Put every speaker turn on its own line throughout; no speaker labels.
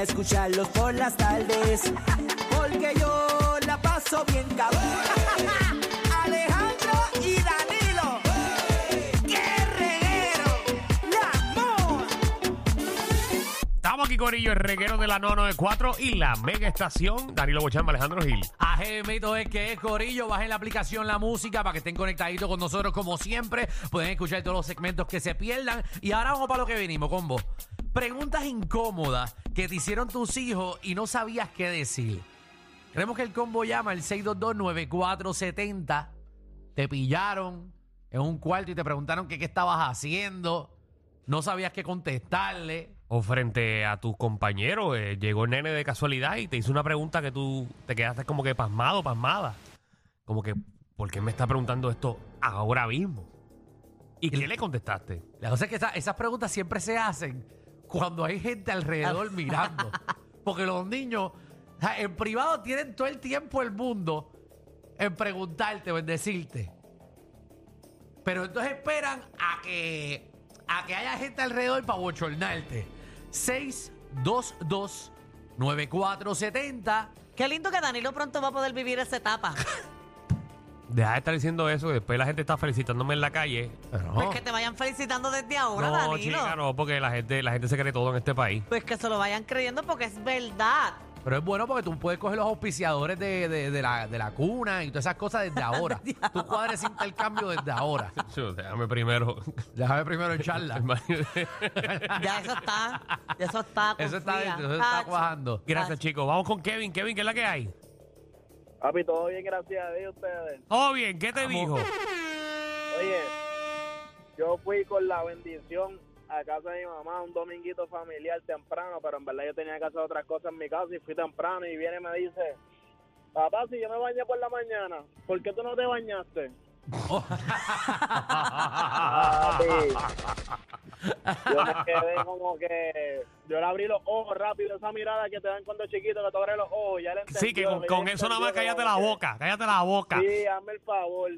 escucharlos por las tardes, porque yo la paso bien cabrón. Alejandro y Danilo, qué reguero, la moa.
Estamos aquí, Corillo, el reguero de la 994 y la mega estación. Danilo Bochamba, Alejandro Gil.
Ajemito es que es Corillo, bajen la aplicación La Música para que estén conectaditos con nosotros como siempre. Pueden escuchar todos los segmentos que se pierdan. Y ahora vamos para lo que venimos, combo. Preguntas incómodas que te hicieron tus hijos y no sabías qué decir. Creemos que el combo llama al 622-9470. Te pillaron en un cuarto y te preguntaron que qué estabas haciendo. No sabías qué contestarle.
O Oh, frente a tus compañeros, eh, llegó el nene de casualidad y te hizo una pregunta que tú te quedaste como que pasmado, pasmada. Como que, ¿por qué me está preguntando esto ahora mismo? ¿Y qué le contestaste?
La cosa es que esa- esas preguntas siempre se hacen cuando hay gente alrededor mirando. Porque los niños o sea, en privado tienen todo el tiempo el mundo en preguntarte o en decirte. Pero entonces esperan a que, a que haya gente alrededor para bochornarte. 622 9470
Qué lindo que Danilo pronto va a poder vivir esa etapa.
Deja de estar diciendo eso, que después la gente está felicitándome en la calle.
Oh.
Pues que te vayan felicitando desde ahora,
No,
Danilo.
chica, no, porque la gente, la gente se cree todo en este país.
Pues que se lo vayan creyendo porque es verdad.
Pero es bueno porque tú puedes coger los auspiciadores de, de- de la, de la cuna y todas esas cosas desde ahora. tú cuadres ese intercambio desde ahora.
Yo, déjame primero.
Déjame primero echarla.
Ya eso está. ya eso está.
eso está,
confía.
eso está
Ach,
cuajando.
Gracias, chicos. Vamos con Kevin. Kevin, ¿qué es la que hay?
Papi, todo bien, gracias a Dios ustedes.
Oh, bien, ¿qué te
Vamos.
dijo?
Oye, yo fui con la bendición a casa de mi mamá un dominguito familiar temprano, pero en verdad yo tenía que hacer otras cosas en mi casa y fui temprano y viene y me dice, papá, si yo me bañé por la mañana, ¿por qué tú no te bañaste? Papi, yo me quedé como que yo le abrí los ojos rápido, esa mirada que te dan cuando es chiquito, que te abres los ojos, ya le
Sí, que con,
entendió, ya
con
le
eso nada más
entendió
cállate
como
la
que-
boca, cállate la boca.
Sí, hazme el favor.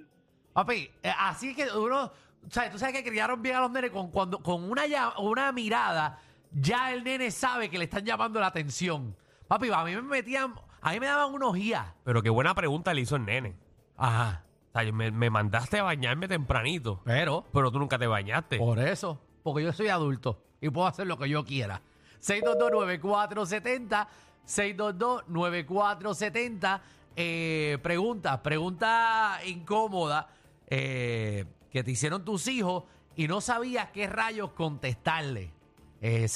Papi, eh, así que uno. ¿sabes? Tú sabes que criaron bien a los nenes con, cuando, con una, lla- una mirada. Ya el nene sabe que le están llamando la atención. Papi, a mí me metían. A mí me daban una ojía.
Pero qué buena pregunta le hizo el nene.
Ajá.
O sea, yo- me, me mandaste a bañarme tempranito,
Pero.
pero tú nunca te bañaste.
Por eso, porque yo soy adulto y puedo hacer lo que yo quiera. 622-9470, 622-9470. Eh, pregunta, pregunta incómoda eh, que te hicieron tus hijos y no sabías qué rayos contestarle. Eh,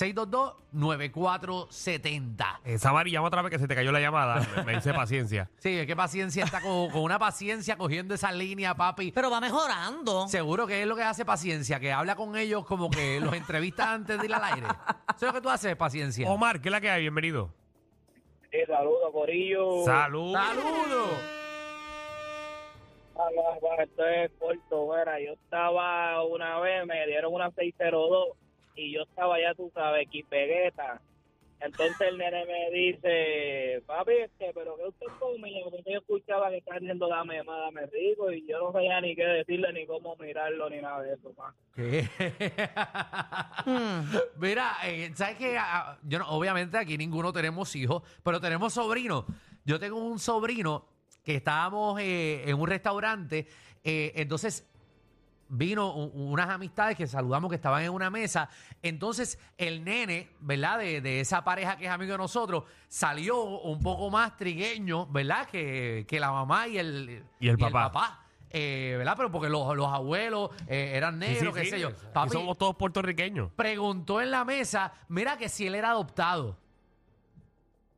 622-9470.
Esa Mari llama otra vez que se te cayó la llamada. Me- Me dice paciencia.
Sí, qué paciencia está con, con una paciencia cogiendo esa línea, papi.
Pero va mejorando.
Seguro que es lo que hace paciencia, que habla con ellos como que los entrevista antes de ir al aire. Eso es lo que tú haces, paciencia.
Omar, ¿qué es la que hay? Bienvenido.
Y saludos,
Oh.
Corillo.
Salud.
¡Saludos!
Ah, no, bueno, esto es corto, bueno, yo estaba una vez, me dieron una 602 y yo estaba ya, tú sabes, quipegueta. Entonces el nene me dice, papi, este, pero que usted come, Y porque yo escuchaba que estaba diciendo dame más, dame rico y yo no sabía ni qué decirle, ni cómo mirarlo, ni nada de eso, pa.
Mm.
Mira, eh, ¿sabes qué? Ah, Yo no- obviamente aquí ninguno tenemos hijos, pero tenemos sobrinos. Yo tengo un sobrino que estábamos eh, en un restaurante, eh, entonces vino u- unas amistades que saludamos que estaban en una mesa. Entonces, el nene, ¿verdad? De, de esa pareja que es amigo de nosotros, salió un poco más trigueño, ¿verdad? Que, que la mamá y el,
Y el papá.
Eh, ¿Verdad? Pero porque los, los abuelos eh, eran
Sí, sí,
negros, qué
sí.
sé yo.
Aquí
Papi,
somos todos puertorriqueños.
preguntó en la mesa, mira que si él era adoptado.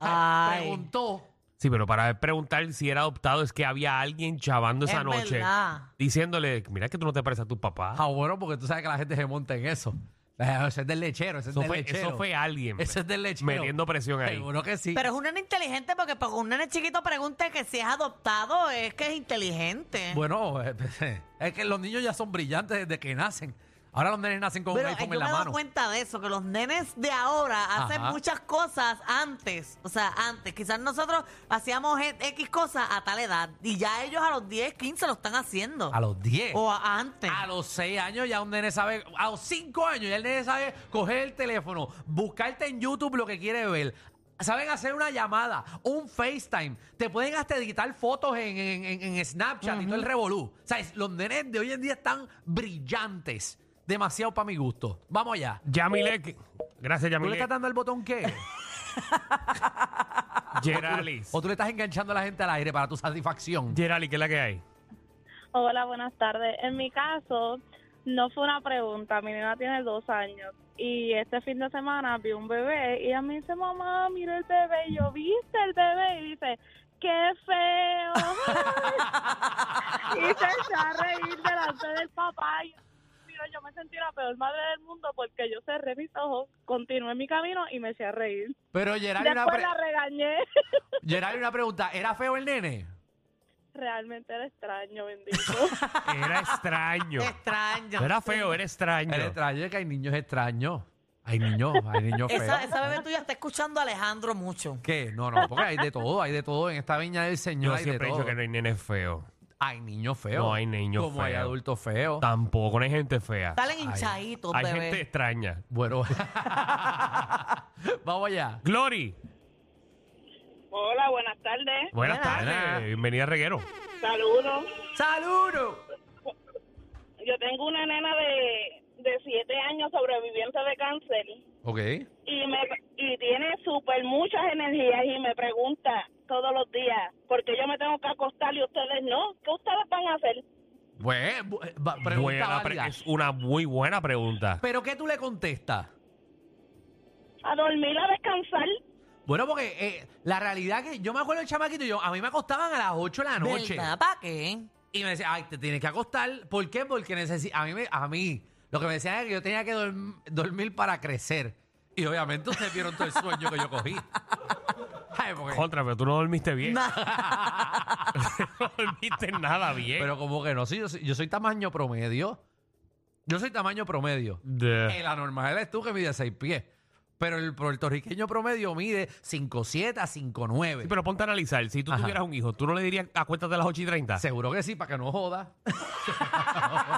Ay.
Preguntó.
Sí, pero para preguntar si era adoptado es que había alguien chavando esa
Es
noche.
verdad.
Diciéndole, mira que tú no te pareces a tu papá.
Ah, bueno, porque tú sabes que la gente se monta en eso. Eh, Eso es del lechero, eso es
Eso
del
fue,
lechero.
eso fue alguien
Eso es del lechero.
metiendo presión ahí.
Seguro que sí.
Pero es un nene inteligente porque porque un nene chiquito pregunte que si es adoptado es que es inteligente.
Bueno, eh, es que los niños ya son brillantes desde que nacen. Ahora los nenes nacen con un
Pero eh,
iPhone
yo
en
me he
la
dado
mano.
cuenta de eso, que los nenes de ahora hacen
Ajá.
muchas cosas antes. O sea, antes. Quizás nosotros hacíamos e- X cosas a tal edad. Y ya ellos a los 10, 15 lo están haciendo.
A los 10.
O a- antes.
A los 6 años ya un nene sabe, a los 5 años ya el nene sabe coger el teléfono, buscarte en YouTube lo que quiere ver, saben hacer una llamada, un FaceTime, te pueden hasta editar fotos en, en- en- en Snapchat y todo el revolú. O sea, es- los nenes de hoy en día están brillantes. Demasiado para mi gusto. Vamos allá.
Yamile. que- Gracias,
Oh. ¿Tú le
Yamile.
estás dando el botón qué?
Gerali.
¿O tú le estás enganchando a la gente al aire para tu satisfacción?
Gerali, ¿qué es la que hay?
Hola, buenas tardes. En mi caso, no fue una pregunta. Mi nena tiene dos años y este fin de semana vi un bebé y ella me dice, mamá, mira el bebé. Y yo, ¿viste el bebé? Y dice, ¡qué feo! y se echó a reír delante del papá. Y yo, "Mira, yo me sentí la peor madre del mundo porque yo cerré mis ojos, continué mi camino y me eché a reír.
Pero Gerali, una,
Después
pre-
la regañé.
Gerali, una pregunta. ¿Era feo el nene?
Realmente era extraño, bendito.
Era extraño.
Extraño.
No era feo, era extraño.
Era extraño, es que hay niños extraños. Hay niños, hay niños feos.
Esa, esa bebé tuya está escuchando a Alejandro mucho.
¿Qué? No, no, porque hay de todo, hay de todo. En esta viña del Señor
Yo
hay de
siempre he dicho
todo.
que no hay nene feo.
Hay niños feos.
No hay niños
Como hay
feos.
adultos feos.
Tampoco no hay gente fea.
Salen hinchaditos,
Hay
bebé.
gente extraña.
Bueno, vamos allá.
Glory,
Hola, buenas tardes.
buenas
Buenas.
tardes. Bienvenida a Reguero.
Saludos.
¡Saludo!
Yo tengo una nena de, de siete años sobreviviente de cáncer
Ok.
Eh,
y me y tiene súper muchas energías y me pregunta todos los días por qué yo me tengo que acostar y ustedes no. ¿Qué ustedes van a hacer?
Bueno, bu- eh, va- pregunta
Buena pre-
válida. Pues,
es una muy buena pregunta.
¿Pero qué tú le contestas?
A dormir, a descansar.
Bueno, porque eh, la realidad que yo me acuerdo del chamaquito, yo, a mí me acostaban a las 8 de la noche.
¿Verdad? ¿Para qué?
Y me decían, ay, te tienes que acostar. ¿Por qué? Porque necesi- a mí, me- a mí, lo que me decían es que yo tenía que dorm- dormir para crecer. Y obviamente ustedes vieron todo el sueño que yo cogí. Ay, porque-
Contra, pero tú no dormiste bien.
No.
no dormiste nada bien.
pero como que no, sí, yo, soy- yo soy tamaño promedio. Yo soy tamaño promedio.
De-
El anormal es tú que mide 6 pies. Pero el puertorriqueño promedio mide 5'7 a 5'9.
Sí, pero ponte a analizar. Si tú
Ajá.
tuvieras un hijo, ¿tú no le dirías acuéstate a las 8 y 30?
Seguro que sí, para que no joda.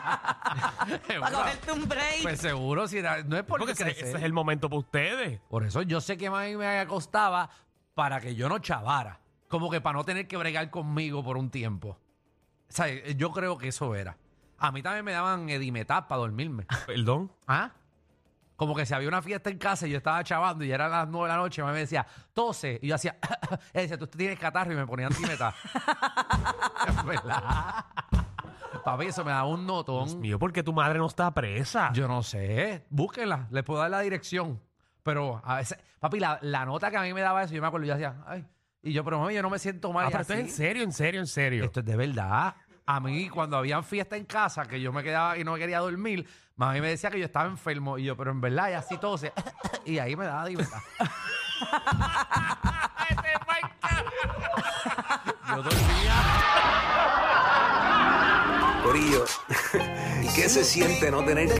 Para
Seguro.
cogerte un break.
pues seguro, si era- no es porque,
Porque ese,
crecer.
ese es el momento para ustedes.
Por eso yo sé que a mí me acostaba para que yo no chavara. Como que para no tener que bregar conmigo por un tiempo. O sea, yo creo que eso era. A mí también me daban edimetap para dormirme.
Perdón.
¿Ah? Como que si había una fiesta en casa y yo estaba chavando y ya eran las nueve de la noche, mi mamá me decía, tose. Y yo hacía, ella decía, tú tienes catarro y me ponía antimeta. Es verdad. Papi, eso me daba un
Dios
notón.
mío, porque tu madre no está presa.
Yo no sé. Búsquenla. Les puedo dar la dirección. Pero a veces, papi, la, la nota que a mí me daba eso, yo me acuerdo, yo hacía, ay. Y yo, pero mami, yo no me siento mal.
Ah,
y
pero esto es en
así.
serio, en serio, en serio.
Esto es de verdad. A mí, cuando habían fiesta en casa, que yo me quedaba y no quería dormir, mami me decía que yo estaba enfermo. Y yo, pero en verdad, y así todo se... y ahí me daba libertad. yo dormía.
Corillo, ¿qué se siente no tener